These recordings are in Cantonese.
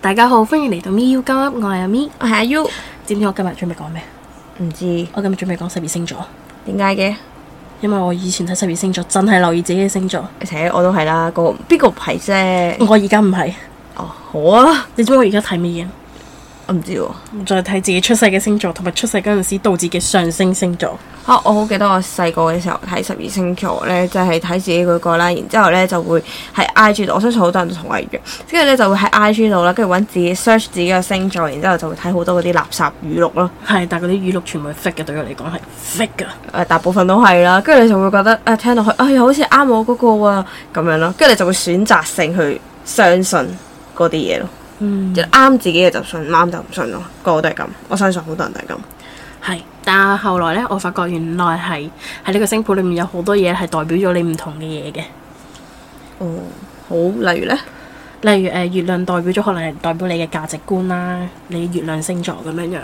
大家好，歡迎嚟到咪 U 鳩噏，我係阿咪。我係阿 U，知唔知我今日準備講咩？唔知我今日準備講十二星座，點解嘅？因為我以前睇十二星座真係留意自己嘅星座，而且我都係啦，個邊個唔係啫？我而家唔係。哦，好啊，你知唔知我而家睇乜嘢？我唔知喎。我再睇自己出世嘅星座，同埋出世嗰陣時導致嘅上升星座。啊！我好記得我細個嘅時候睇十二星座咧，就係、睇自己嗰個啦，然之後咧就會喺 I G 度，我相信好多人都同我一樣，跟住咧就會喺 I G 度啦，跟住揾自己 search 自己嘅星座，然之後就會睇好多嗰啲垃圾語錄咯，係，但係嗰啲語錄全部係 fake 嘅，對我嚟講係 fake 嘅。誒、大部分都係啦，跟住你就會覺得誒、啊聽落去，哎呀好似啱我嗰個喎、咁樣咯，跟住你就會選擇性去相信嗰啲嘢咯，嗯，就啱自己嘅就信，唔啱就唔信咯，個個都係咁，我相信好多人都係咁。係。但係後來咧，我發覺原來係喺呢個星盤裏面有好多嘢係代表咗你唔同嘅嘢嘅。哦，好，例如咧，例如誒、呃月亮代表咗可能係代表你嘅價值觀啦，呃你月亮星座咁樣樣，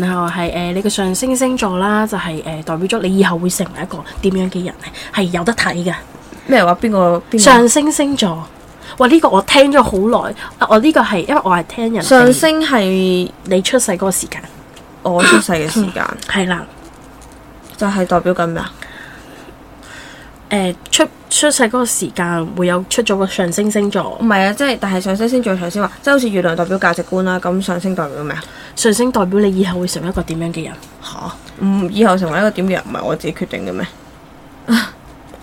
然後係誒、呃你嘅上升星座啦，就係、誒、代表咗你以後會成為一個點樣嘅人係有得睇嘅。咩話邊個邊個上升星座，哇！呢、個我聽咗好耐，啊我呢個係因為我係聽人哋上升係你出世嗰個時間，我出世嘅時間，係啦， 就係代表緊咩啊？誒、出出世嗰個時間會有出咗個上升星座唔，係啊，即係但係上升星座頭先話，即係好似月亮代表價值觀啦，咁上升代表咩啊？上升代表你以後會成為一個點樣嘅人。嚇，嗯，以後成為一個點嘅人唔係我自己決定嘅咩？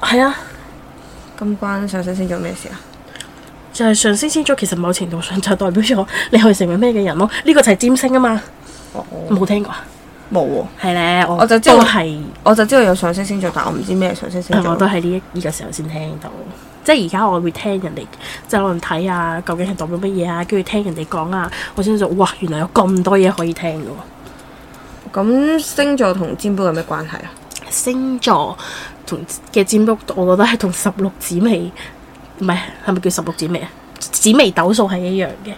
係啊，咁關上升星座咩事啊？就係上升星座，其實某程度上就代表咗你去成為咩嘅人咯。呢、個就係占星啊嘛，我我冇聽過啊？哦冇喎，係咧，我嗯我就知道都係，我就知道有上升星座，但我唔知咩上升星座。我都係呢呢個時候先聽到。即係而家我會聽人哋即係可能睇啊，究竟係代表乜嘢啊，跟住聽人哋講啊，我先就哇，原來有咁多嘢可以聽嘅喎。咁星座同占卜有咩關係啊？星座同嘅占卜，我覺得係同十六紫微唔係係咪叫十六紫微啊？紫微斗數係一樣嘅，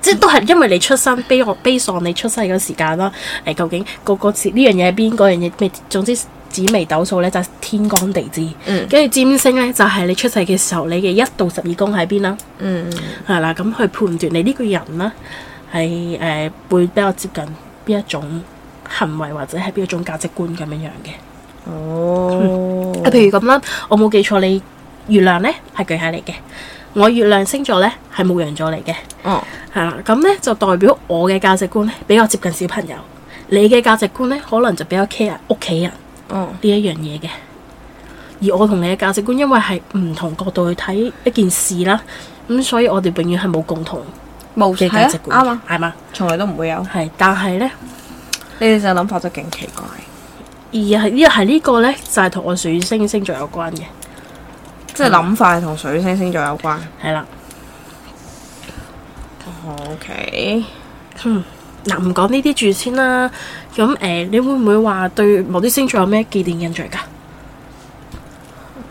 即係都係因為你出生悲我悲喪你出世嘅時間啦。誒、究竟個個字呢樣嘢係邊，嗰樣嘢咩？總之紫微斗數咧就係、天干地支，嗯跟住占星咧就係、你出世嘅時候你嘅一到十二宮喺邊啦，嗯，係啦，咁去判斷你呢個人啦係誒會比較接近邊一種行為或者係邊一種價值觀咁樣樣嘅。哦， 啊，譬如咁啦，我冇記錯，你月亮咧係巨蟹嚟嘅，我月亮星座咧係牧羊座嚟嘅，哦，係啦，咁咧就代表我嘅價值觀咧比較接近小朋友，你嘅價值觀咧可能就比較 care 屋企人哦，呢一樣嘢嘅。而我同你嘅價值觀，因為係唔同角度去睇一件事啦，咁所以我哋永遠係冇共同冇嘅係啊價值觀，啱啊，係嘛？從來都唔會有。係，但係咧，你哋就諗法都勁奇怪。而係呢係呢個咧，就係同我水星星座有關嘅，即係諗法係同水星星座有關。係啦。 O K，嗱，唔講呢啲住先啦。咁誒、呃你會唔會話對某啲星座有咩既定印象㗎？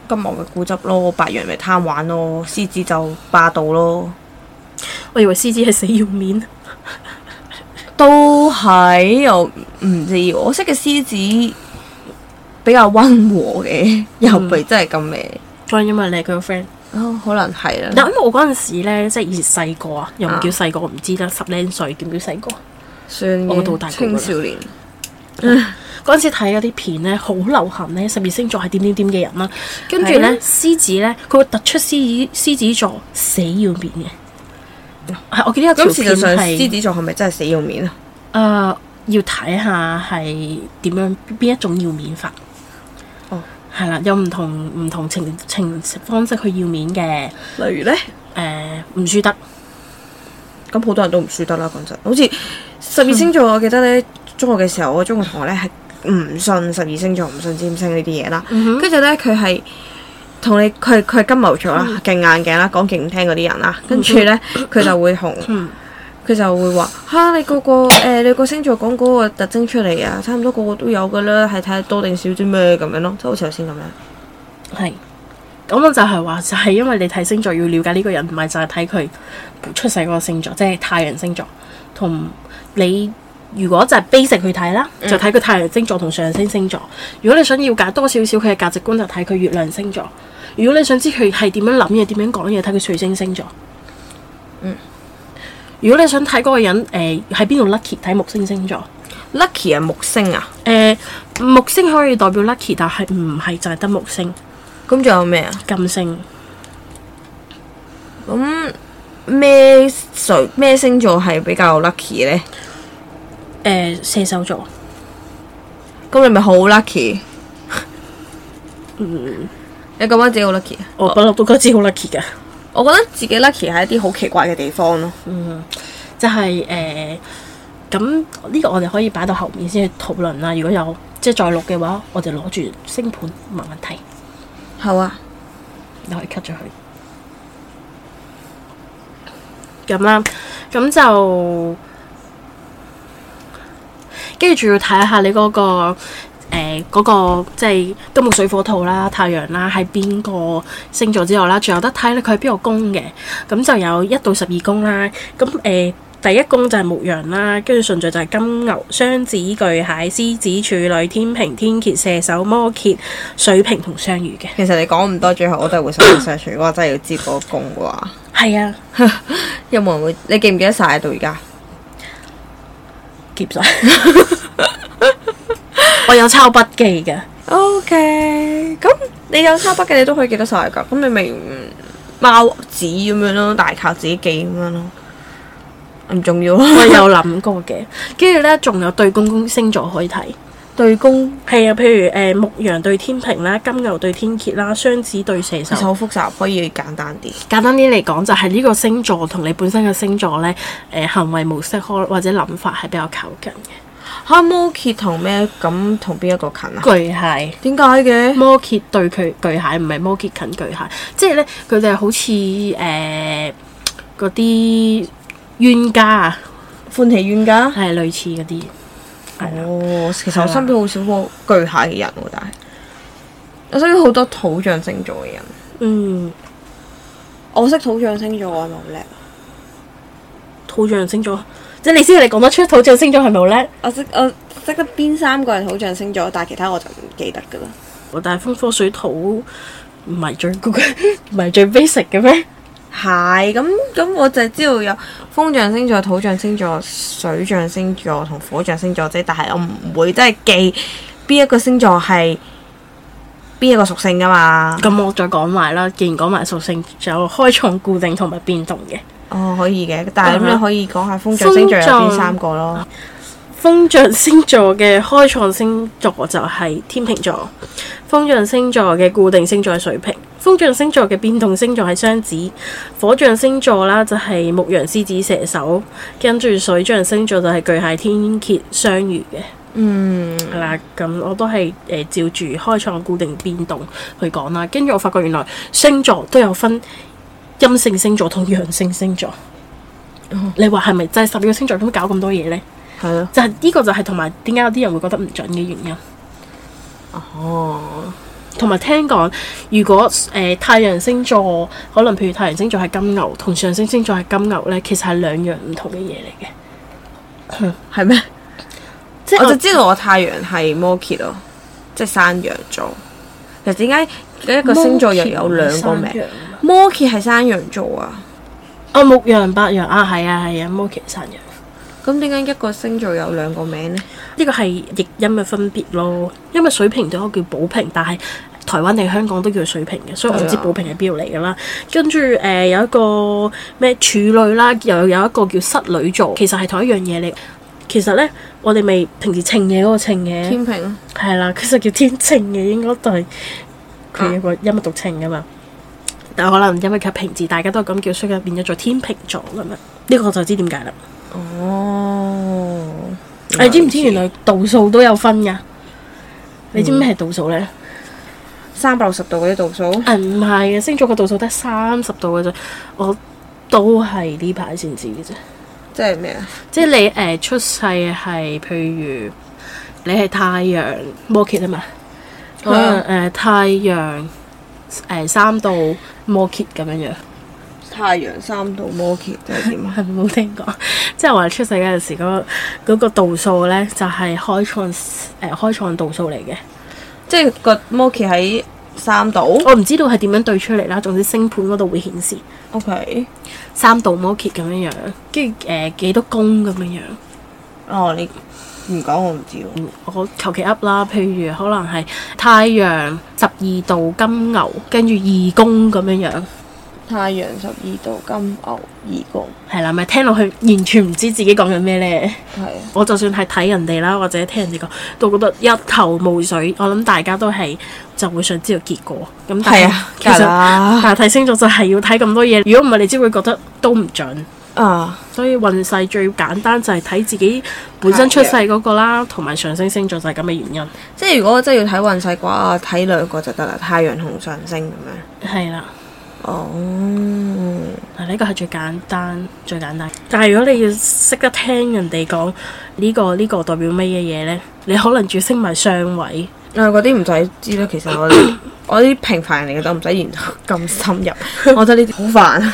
金牛嘅固執咯，白羊咪貪玩咯，獅子就霸道咯，我以為獅子係死要面，都係我唔知。我識嘅獅子比較温和嘅，又唔係真係咁咩？再因為你係佢個 friend。哦，可能係啦。嗱，因為我嗰陣時咧，即係以前細個啊，又唔叫細個，我唔知啦，十零歲叫唔叫細個？啊算我到大嘅個青少年，嗰陣時睇嗰啲片咧，好流行咧，十二星座係點點點嘅人啦。跟住咧係啊，獅子咧，佢會突出獅子獅子座死要面嘅。嗯係，我記得有條咁事片實上係獅子座係咪真係死要面啊？誒、呃要睇下係點樣邊一種要面法。哦，係啦，有唔同唔同情情方式去要面嘅。例如咧，誒、唔輸得，咁好多人都唔輸得啦。講真，好似十二星座，我記得咧，中學嘅時候，我中學同學咧係唔信十二星座，唔信占星呢啲嘢啦。嗯跟住咧，佢係同你佢佢係金牛座啦，勁硬頸啦，講勁唔聽嗰啲人啦。跟住 咧，佢就會同嗯佢就會話吓你個個誒你個星座講嗰個特徵出嚟啊，差唔多個個都有噶啦，係睇下多定少啫咩咁樣咯，即係好似頭先咁樣。係。咁我就係話，就係、因為你睇星座要了解呢個人，唔係就係睇佢出世嗰個星座，即係太陽星座，同你如果就係 basic 去睇啦，就睇佢太陽星座同上升星座。如果你想了解多少少佢嘅價值觀，就睇佢月亮星座。如果你想知佢係點樣諗嘢、點樣講嘢，睇佢水星星座。如果你想睇嗰個人誒喺邊度 lucky 睇木星星座， Lucky 係木星啊，誒、木星可以代表 lucky，但係唔係就係得木星咁仲有咩啊？金星。咁咩水咩星座係比較 lucky 咧？誒、呃射手座，咁你咪好 lucky。你嗯覺得自己好 lucky 啊？我不嬲都覺得自己好 lucky 㗎，我覺得自己 lucky 係一啲好奇怪嘅地方咯。就係、誒咁呢個我哋可以擺到後面先去討論啦。如果有即係再錄嘅話，我哋攞住星盤慢慢睇，好啊，你可以 cut 咗佢。咁啦，咁就跟住仲要睇下你嗰、個誒嗰、個即係金木水火土啦、太陽啦，喺邊個星座之外啦，仲有得睇咧佢喺邊個宮嘅，咁就有一到十二宮啦。咁誒、呃第一宮就係牧羊啦，跟住順序就係金牛、雙子、巨蟹、獅子、處女、天平、天蠍、射手、摩羯、水瓶同雙魚嘅。其實你講唔多，最後我都係 會想 research。如果我真係要知嗰個宮嘅話，係啊，有冇人會？你記唔記得晒到而家？劫咗。 我有抄筆記 嘅， O K，咁你有抄筆嘅，你都可以記得晒㗎。咁你咪嗯貓紙咁樣咯，大靠自己記咁樣咯，唔重 要咯。我有諗過嘅。跟住呢，仲有對公公星座可以睇。對公係啊，譬如誒、呃牧羊對天平啦，金牛對天蠍啦，雙子對射其實手。好複雜，可以簡單啲。簡單啲嚟講，就係呢個星座同你本身嘅星座呢，誒、行為模式可或者諗法係比較靠近嘅。嚇摩羯同咩咁同邊一個近啊？巨蟹。點解嘅？摩羯對佢巨蟹唔係摩羯近巨蟹，即係咧佢哋好似誒嗰啲冤家啊，歡喜冤家。係類似嗰啲。係啦哦，其實我身邊好少個巨蟹嘅人喎，但係我身邊好多土象星座嘅人。嗯，我識土象星座，我係咪好叻？土象星座，即係你知你講得出土象星座係咪好叻？我識我識得邊三個係土象星座，但係其他我就唔記得㗎啦。但係風火水土唔係最 唔係最 basic 嘅咩？係咁咁，我就知道有風象星座、土象星座、水象星座同火象星座啫，但係我唔會真係記邊一個星座係邊一個屬性噶嘛。咁我再講埋啦，既然講埋屬性，就開創固定同埋變動嘅。哦，可以嘅，但嗯係咁哼你可以講下風象星座風有邊象三個咯。風象星座嘅開創星座就係天秤座，風象星座嘅固定星座係水瓶，風象星座嘅變動星座係雙子，火象星座啦就係牧羊、獅子、射手，跟住水象星座就係巨蟹、天蠍、雙魚嘅。嗯，係啦，咁我都係誒、呃照住開創固定變動去講啦。跟住我發覺原來星座都有分陰性星座同陽性星座。哦你話係咪就係十二個星座咁搞咁多嘢呢？係咯。就係呢個就係同埋點解有啲人會覺得唔準嘅原因，哦，同埋聽講，如果誒、呃太陽星座，可能譬如太陽星座係金牛，同上升星座係金牛咧，其實係兩樣唔同嘅嘢嚟嘅。嗯係咩？即係我就我知道我太陽係摩羯咯，即係山羊座。其實點解一個星座又有兩個摩羯名？山羊啊摩羯係山羊座啊，哦，牧羊、白羊啊，係啊係啊，摩羯山羊，咁點解一個星座有兩個名呢？呢個係譯音嘅分別咯。因為水瓶都有叫寶瓶，但係台灣定香港都叫水瓶嘅，所以我唔知係啊寶瓶係邊度嚟㗎啦。跟住誒有一個咩處女啦，又有一個叫室女座，其實係同一樣嘢嚟。其實咧，我哋咪平時稱嘢嗰個稱嘅。天平係啦，其實叫天秤嘅，應該對佢啊有個音讀稱噶嘛。但係可能因為佢平字，大家都係咁叫，所以佢變咗做天秤座咁樣。呢、個我就知點解啦。哦，你知唔知原來度數都有分噶？你知唔知咩係度數咧？三百六十度嗰啲度數？誒唔係嘅，星座個度數得三十度嘅啫。我都係呢排先知嘅啫。即係咩啊？即係你誒、呃出世係譬如你係太陽摩羯啊嘛，可能誒、呃太陽誒、呃三度摩羯咁樣樣。太陽三度摩羯即係點啊？ 係冇聽過， 即係話出世嗰陣時嗰、個嗰、個度數咧，就係、開創誒、呃、開創度數嚟嘅。即係個摩羯喺三度我唔知道係點樣對出嚟啦，總之星盤嗰度會顯示，OK，三度摩羯咁樣樣，跟住誒幾多宮咁樣樣。哦，你唔講我唔知喎，我求其噏啦，譬如可能係太陽十二度金牛，跟住二宮咁樣樣，太陽十二度金牛二宮，係啦，咪聽落去完全唔知自己講緊咩呢。係啊 我就算係睇人哋啦，或者聽人哋講，都覺得一頭霧水。我諗大家都係就會想知道結果。咁但係係啊，其梗係實啦，但係睇星座就係要睇咁多嘢，如果唔係你只會覺得都唔準。啊，所以運勢最簡單就係睇自己本身出世嗰個啦，同埋上升星座就係咁嘅原因。即係如果真係要睇運勢嘅話，睇兩個就得啦，太陽同上升咁樣。係啦。哦，嗱，呢個係最簡單，最簡單。但係如果你要識得聽人哋講呢個呢、個代表乜嘢嘢呢？你可能仲要升埋相位，啊嗰啲唔使知啦，其實我哋 我啲平凡人嚟嘅都唔使研究咁深 入，我覺得呢啲好煩。啊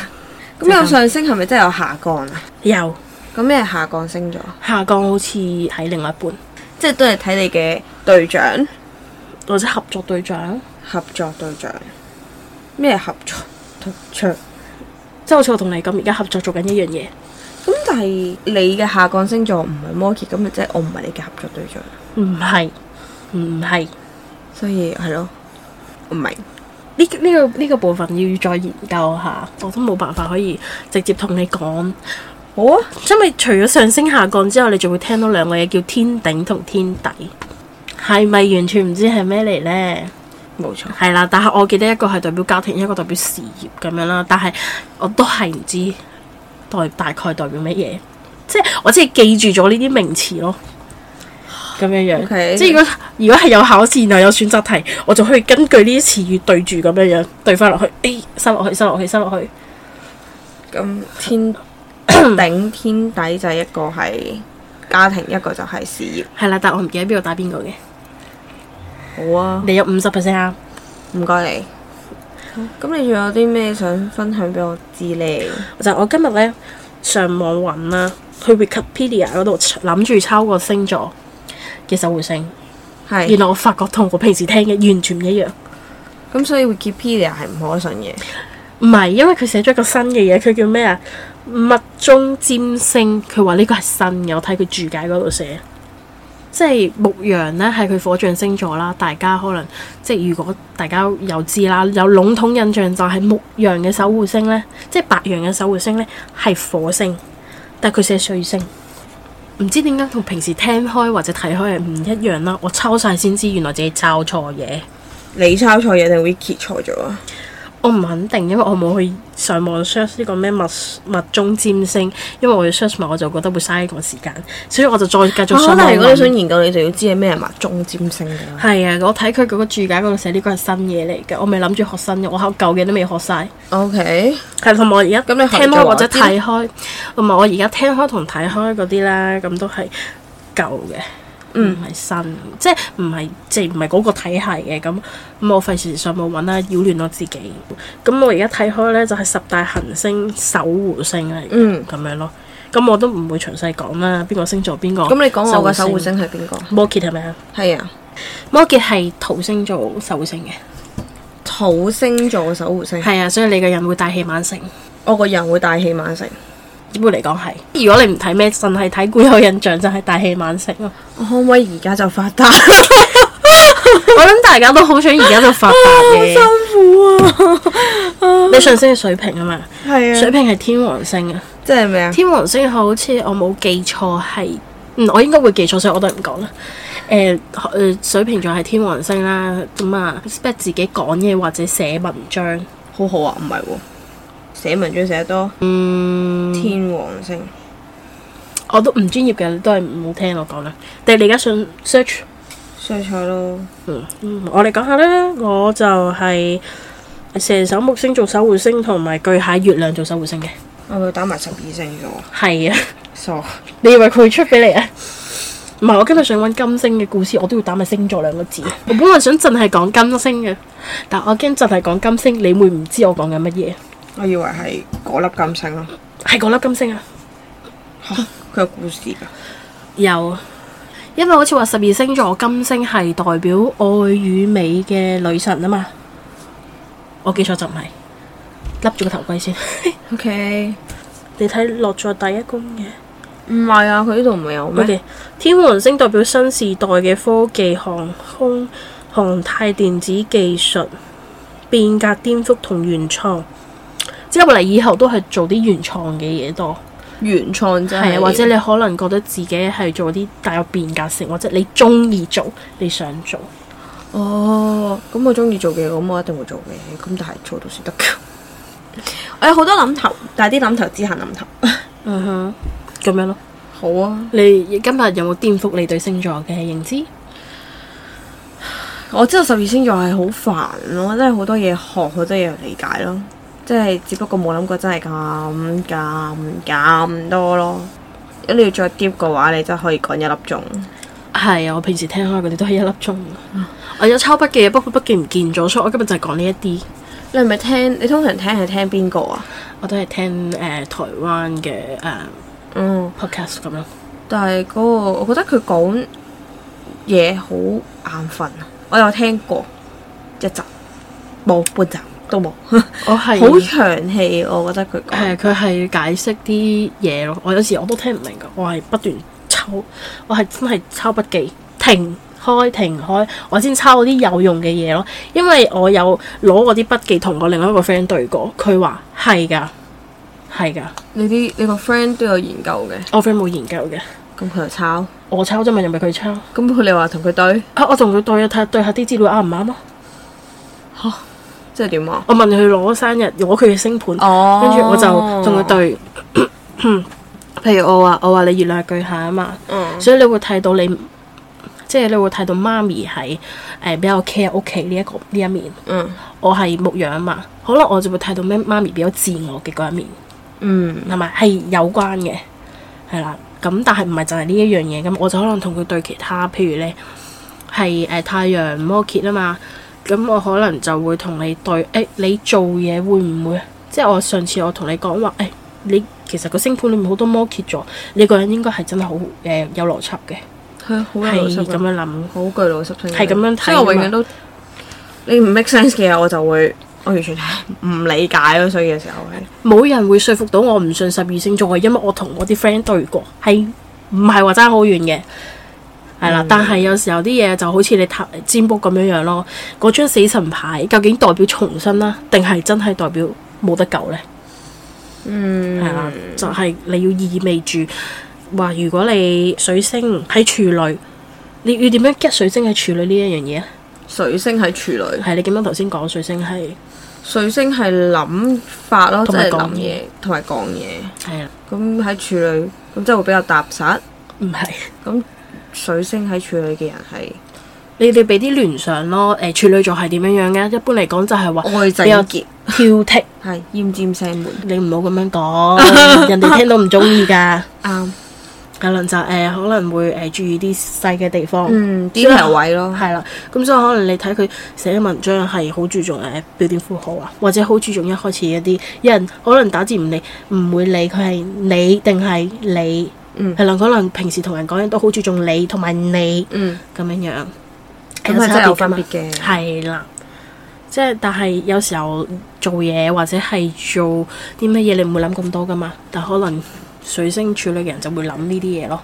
咁有上升係咪真係有下降啊？又咁咩係下降星座？下降好似喺另外一半即係都係睇你嘅對象、或者合作對象，啊合作對象。咩係合作對象？即係好似我同你咁而家合作做緊一樣嘢，咁但係你嘅下降星座唔係摩羯，咁咪即係我唔係你嘅合作對象。唔係唔係所以係咯，唔明。呢呢個呢、個部分要再研究下，我都冇辦法可以直接同你講，好啊，因為除咗上升下降之後，你仲會聽到兩個嘢叫天頂同天底，係咪完全唔知係咩嚟呢？冇錯。係啦，但係我記得一個係代表家庭，一個代表事業咁樣啦。但係我都係唔知代大概代表乜嘢，即係我只係記住咗呢啲名詞咯。咁樣樣 OK 即係如果如果係有考試然後有選擇題，我就可以根據呢啲詞語對住咁樣樣對翻落去，誒、收落去，收落去，收落去。咁天 頂天底就係一個係家庭，一個就係事業。係啦，但我唔記得邊個打邊個嘅。好啊，你有五十 percent 啱。唔該你。咁你仲有啲咩想分享俾我知呢？就係我今日咧上網揾啦，去 Wikipedia 嗰度諗住抄個星座嘅守護星，原係，來我發覺同我平時聽嘅完全唔一樣。咁所以 Wikipedia 係唔可信嘅。唔係，因為佢寫咗一個新嘅嘢，佢叫咩啊？密宗占星，佢話呢個係新嘅，我睇佢注解嗰度寫，即係牧羊咧係佢火象星座啦。大家可能即係如果大家有知啦，有籠統印象就係牧羊嘅守護星咧，即係白羊嘅守護星咧係火星，但係佢寫水星，唔知點解同平時聽開或者睇開係唔一樣啦。我抄晒先知，原來自己抄錯嘢。你抄錯嘢定 Wiki 錯咗啊？我唔肯定，因為我冇去上網 search 呢個咩密密宗占星，因為我要 search 埋我就覺得會嘥我時間，所以我就再繼續啊上網但係如果你想揾。研究，你就要知係咩嘛中占星㗎啦。係啊，我睇佢嗰個注解嗰度寫呢個係新嘢嚟嘅，我未諗住學新嘅，我考舊嘅都未學晒。 OK，係同埋我而家咁你學聽開咗或者我知啦睇開，同埋我而家聽開同睇開嗰啲啦，咁都係舊嘅，唔嗯係新，即係唔係即係唔係嗰個體系嘅咁。咁我費事上網揾啦，擾亂我自己。咁我而家睇開咧就係十大行星守護星嚟嘅，嗯咁樣咯。咁我都唔會詳細講啦，邊個星座邊個。咁你講我個守護哦星係邊個？摩羯係咪啊？係啊，摩羯係土星做守護星嘅，土星座嘅守護星。係啊，所以你個人會大器晚成。我個人會大器晚成。一般嚟講係。如果你唔睇咩，淨係睇固有印象，就係、大器晚成咯。 我可唔可以而家就發達？我諗大家都好想而家就發達嘅。苦啊！你上升嘅水平啊嘛，係水啊，平係天王星啊，即係咩啊？天王星好似我冇記錯係，嗯，我應該會記錯，所以我都唔講啦。誒、誒，水瓶座係天王星啦，咁啊，expect 自己講嘢或者寫文章，好好啊，唔係喎，寫文章寫得多，嗯，天王星我都唔專業嘅，你都係唔好聽我講啦。但係你而家想 search 衰彩咯。嗯，我嚟講下啦，我就係射手木星做守護星，同埋巨蟹月亮做守護星嘅。我會打埋十二星座，係 啊，傻。你以為佢會出俾你啊？唔係，我今日想揾金星嘅故事，我都要打埋星座兩個字。我本來想淨係講金星嘅，但我驚淨係講金星，你會唔知我講緊乜嘢？我以為係嗰粒金星咯。係嗰粒金星啊！嚇佢有故事㗎。有，因為好似話十二星座金星係代表愛與美嘅女神啊嘛，我記錯就唔係，笠住個頭盔先。 O K，你睇落在第一宮嘅。唔係啊，佢呢度唔係有 O 咩 K，天王星代表新時代嘅科技、航空、航太、電子技術、變革、顛覆同原創。之後嚟以後都係做啲原創嘅嘢多，原創真係係，啊，或者你可能覺得自己係做啲帶有變革性，或者你中意做，你想做。哦，咁我中意做嘅，咁我一定會做嘅，咁但係做到先得㗎。 我有好多諗頭，但係啲諗頭只限諗頭。嗯哼，咁樣咯。好啊，你今日有冇顛覆你對星座嘅認知？我知道十二星座係好煩咯，真係好多嘢學，好多嘢理解咯，即係只不過冇諗過真係咁咁咁多咯。如果你要再 deep 嘅話，你真係可以講一粒鐘。係啊，我平時聽開嗰啲都係一粒鐘。嗯我有抄筆記，不過筆記唔見咗，所以我今日就係講呢一啲。你係咪聽？你通常聽係聽邊個啊？我都係聽誒、呃台灣嘅誒、呃嗯， podcast 咁樣。但係嗰、個，我覺得佢講嘢好眼瞓啊！我有聽過一集，冇半集都冇，好我哦係長氣，我覺得佢誒，講。佢係、解釋啲嘢咯。我有時我都聽唔明㗎，我係不斷抄，我係真係抄筆記，停開停開，我先抄嗰啲有用嘅嘢咯。因為我有攞我啲筆記同我另外一個 friend 對過，佢話係㗎，係㗎。你啲你個 friend 都有研究嘅，我 friend 冇研究嘅，咁佢就抄。我抄啫嘛，又咪佢抄。咁佢你話同佢對，啊，我同佢對啊，睇下對下啲資料啱唔啱咯。即係點啊？我問佢攞生日，攞佢嘅星盤。哦跟住我就同佢，對。譬如我話我話你月亮係巨蟹啊嘛，嗯所以你會睇到你，即係你會睇到媽咪係誒比較 care 屋企呢一個呢一面，嗯我係牧羊啊嘛，可能我就會睇到咩媽咪比較自我嘅嗰一面，嗯，係咪係有關嘅？係啦，咁但係唔係就係呢一樣嘢咁，我就可能同佢對其他，譬如咧係誒太陽摩羯啊嘛，咁我可能就會同你對，誒、你做嘢會唔會？即係我上次我同你講話，誒、你其實個星盤裏面好多摩羯座，你個人應該係真係好誒、有邏輯嘅，佢好有係邏輯咁樣㗎，諗。好具邏輯性，係咁樣睇即係㗎我永嘛遠都你唔 make sense 嘅嘢，我就會我完全係唔理解咯，所以有時候係。冇人會說服到我唔信十二星座嘅，因為我同我啲 friend 對過，係唔係話爭好遠嘅？係啦，但係有時候啲嘢就好似你塔占卜咁樣樣咯。嗰張死神牌究竟代表重生啦，定係真係代表冇得救呢？嗯，係啦，就係、你要意味住話，如果你水星喺處女，你要點樣 get 水星喺處女呢一樣嘢啊？水星係處女，係你點樣頭先講水星係水星係諗法咯，即同埋係諗講嘢同埋講嘢。係啦，咁喺處女，咁即係會比較踏實。唔係？咁水星喺處女嘅人係你哋俾啲聯想咯，誒、處女座係點樣樣嘅？一般嚟講就係話愛整哦比較潔，挑剔，係奄尖聲門。你唔好咁樣 講，人哋聽到唔中意㗎。啱，可能就誒、呃可能會誒、注意啲細嘅地方，嗯，啲頭位咯，哦係啦、咁所以可能你睇佢寫嘅文章係好注重誒標點符號啊，或者好注重一開始一啲有人可能打字唔理，唔會理佢係你定係你，嗯係啦，可能平時同人講嘢都好注重你同埋你嗯，咁樣樣，咁係真係有分別別嘅。係啦，即係但係有時候做嘢或者係做啲乜嘢，你唔會諗咁多噶嘛。但可能水星處女嘅人就會諗呢啲嘢咯，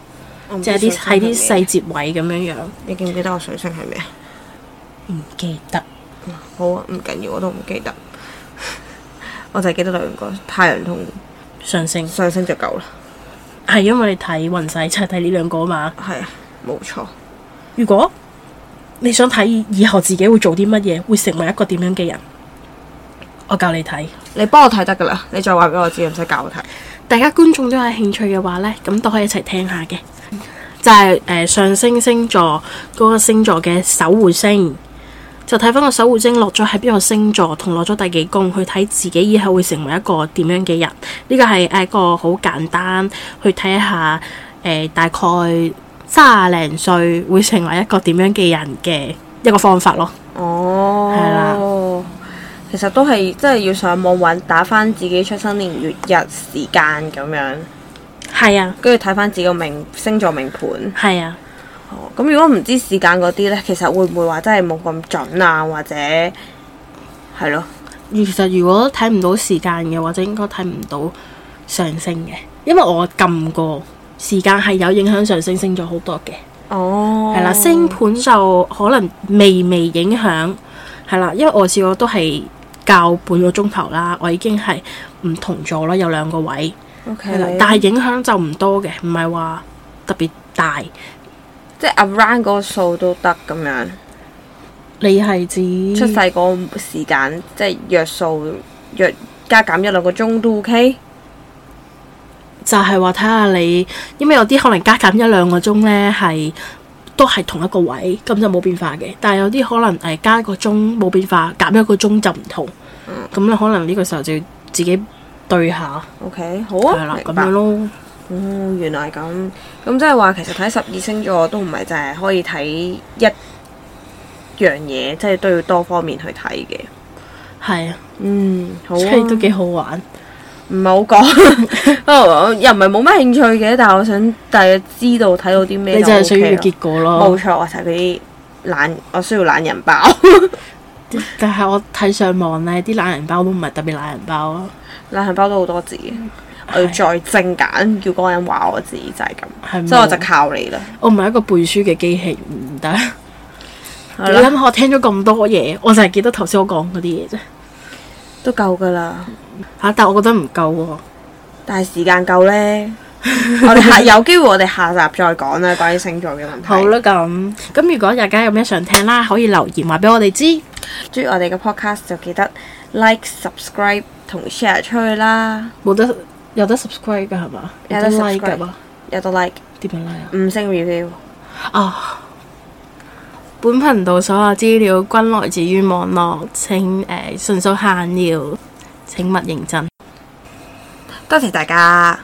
我唔即係知啲喺水啲星係咩細節位咁樣樣。你記唔記得我水星係咩啊？唔記得好啊，唔緊要，我都唔記得。 我就係記得兩個太陽同上升上升就夠啦。係因為你睇運勢就係睇呢兩個啊嘛。係啊，冇錯。如果你想睇以後自己會做啲乜嘢，會成為一個點樣嘅人，我教你睇。你幫我睇得㗎啦，你再話俾我知，唔使教我睇。大家觀眾都有興趣嘅話呢，咁都可以一齊聽下嘅。就係、呃上升星座嗰、個星座嘅守護星，就睇翻個守護星落咗喺邊個星座，同落咗第幾宮，去睇自己以後會成為一個點樣嘅人。呢個係呃一個好簡單，去睇一下誒、呃大概三廿零歲會成為一個點樣嘅人嘅一個方法咯。哦，係啦。其實都係即係要上網揾打翻自己出生年月日時間咁樣，係啊，跟住睇翻自己個命星座命盤。係啊，哦咁如果唔知時間嗰啲呢，其實會唔會話真係冇咁準啊？或者係咯，其實如果睇唔到時間嘅，或者應該睇唔到上升嘅，因為我撳過時間係有影響上升，升咗好多嘅。哦，係啦，星盤就可能微微影響，係啦，因為我試過都係教半個鐘頭啦，我已經係唔同咗啦，有兩個位，係啦 OK，，但係影響就唔多嘅，唔係話特別大。即係 around 嗰個數都得咁樣，你係指出世嗰個時間即係約數約加減一兩個鐘都 OK。就係話睇下你，因為有啲可能加減一兩個鐘呢係都係同一個位，咁就冇變化嘅。但係有啲可能誒加一個鐘冇變化，減一個鐘就唔同。嗯咁你可能呢個時候就要自己對下， OK，好係啊，啦明咁白樣。咯。哦，原來咁，咁即係話其實睇十二星座都唔係淨係可以睇一樣嘢，即係都要多方面去睇嘅。係啊，嗯，好啊所以都幾好玩。哦唔係好講， 不過我又唔係冇乜興趣嘅，但係我想大約知道睇到啲咩你就係係需要結果冇咯。錯，我睇嗰啲懶，我需要懶人包。但係我睇上網呢啲懶人包都唔係特別懶人包咯，懶人包都好多字嗯嘅，我要再精簡，叫嗰個人話我知就係咁，係所以我冇就靠你啦。我唔係一個背書嘅機器，唔得。好嗯你啦諗，下我聽咗咁多嘢，我就係記得頭先我講嗰啲嘢啫。都夠噶啦。嚇、但我覺得唔夠喎。但係時間夠 呢，我哋下有機會我哋下集再講啦，關於星座嘅問題。好，啦，咁咁如果大家有咩想聽啦，可以留言話俾我哋知。中意我哋嘅 podcast 就記得 like、subscribe 同 share 出去啦，冇得有得 subscribe 噶係嘛？有得 like 噶 subscribe 有得 like 點樣 like 五星 review。啊？啊！本頻道所有資料均來自於網絡，請誒、呃、純屬閒聊，請勿認真。多謝大家。